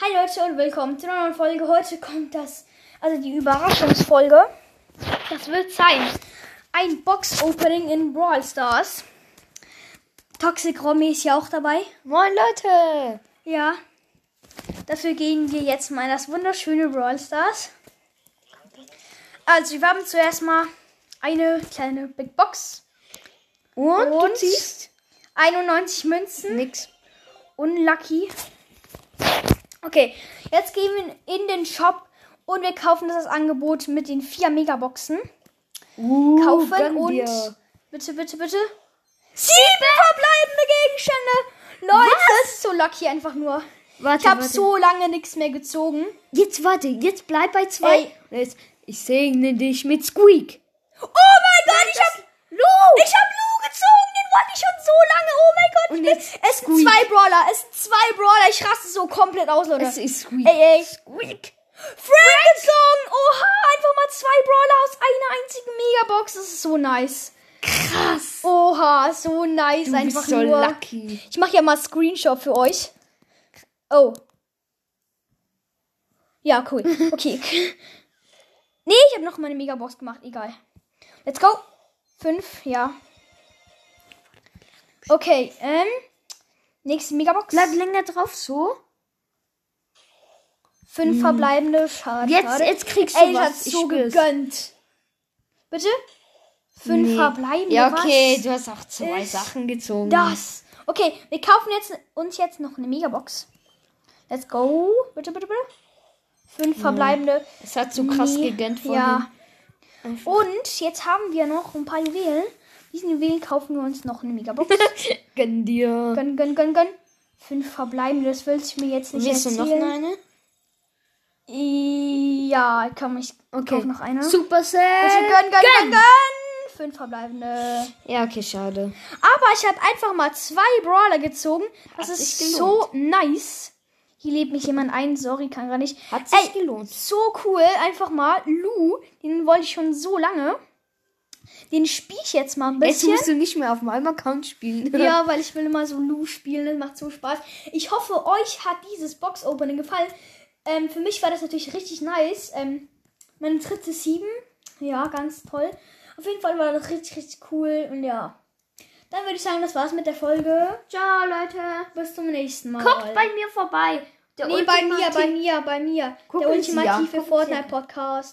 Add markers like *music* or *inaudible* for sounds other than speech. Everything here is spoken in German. Hi Leute und willkommen zu einer neuen Folge. Heute kommt das, also die Überraschungsfolge. Das wird sein. Ein Box-Opening in Brawl Stars. Toxic Romy ist ja auch dabei. Moin Leute! Ja. Dafür gehen wir jetzt mal in das wunderschöne Brawl Stars. Also, wir haben zuerst mal eine kleine Big Box. Und, Und? du ziehst? 91 Münzen. Nix. Unlucky. Okay, jetzt gehen wir in den Shop und wir kaufen das Angebot mit den vier Megaboxen. Uh, Kaufen gönn und dir. bitte, bitte, bitte. Sieben verbleibende Gegenstände. Leute, das ist so lucky einfach nur. Ich Warte, habe warte. so lange nichts mehr gezogen. Jetzt warte, jetzt bleib bei zwei. Ey. Und Jetzt, ich segne dich mit Squeak. Oh mein Gott, ich habe Lou. Ich habe Lou gezogen. Den wollte ich schon so lange. Oh mein Gott. Und ich bin- jetzt es sind Squeak. zwei Brawler. Es sind zwei Brawler. Ich raste so komplett aus, Leute. Es ist Squeak. Ey, ey. Squeak. Frank gezogen! Oha, einfach mal zwei Brawler aus einer einzigen Megabox. Das ist so nice. Krass. Oha, so nice Du einfach bist so nur. lucky. Ich mache ja mal Screenshot für euch. Oh. Ja, *laughs* cool. Okay. nee, ich habe noch mal eine Megabox gemacht. Egal. Let's go. Fünf, ja. Okay, ähm. Nächste Megabox. Bleib länger drauf, so. Fünf verbleibende Schaden. Jetzt, jetzt kriegst du Ey, das hat was. so spür's. gegönnt. Bitte? Fünf Nee. verbleibende. Ja, okay, du hast auch zwei ist Sachen gezogen. Was? Das. Okay, wir kaufen jetzt, uns jetzt noch eine Megabox. Let's go. Bitte, bitte, bitte. Fünf verbleibende. Es hat so krass Nee, gegönnt vorhin. Ja. Und jetzt haben wir noch ein paar Juwelen. Diesen Juwelen kaufen wir uns noch eine *laughs* Megabox. *laughs* Gönn dir. gönn, gönn, gönn, gönn. Fünf verbleibende, das willst du mir jetzt nicht Willst du erzählen. noch eine? Ja, komm, ich Okay. Also kauf noch eine. Supercell. Bitte gönn, gönn, gönn, gönn. Fünf verbleibende. Ja, okay, schade. Aber ich habe einfach mal zwei Brawler gezogen. Das Hat ist sich so nice. Hier lebt mich jemand ein. Sorry, kann gar nicht. Hat sich Ey, gelohnt. so cool. Einfach mal Lou. Den wollte ich schon so lange. Den spiele ich jetzt mal ein Jetzt bisschen. musst du nicht mehr auf meinem Account spielen. *laughs* Ja, weil ich will immer so Lou spielen. Das macht so Spaß. Ich hoffe, euch hat dieses Box-Opening gefallen. Ähm, für mich war das natürlich richtig nice. Ähm, meine dritte 7. Ja, ganz toll. Auf jeden Fall war das richtig, richtig cool. Und ja. Dann würde ich sagen, das war's mit der Folge. Ciao, Leute. Bis zum nächsten Mal. Guckt bei mir vorbei. Der nee, bei mir, ultimative- bei mir, bei mir. Guck der uns hier, ultimative guck uns hier. Fortnite-Podcast.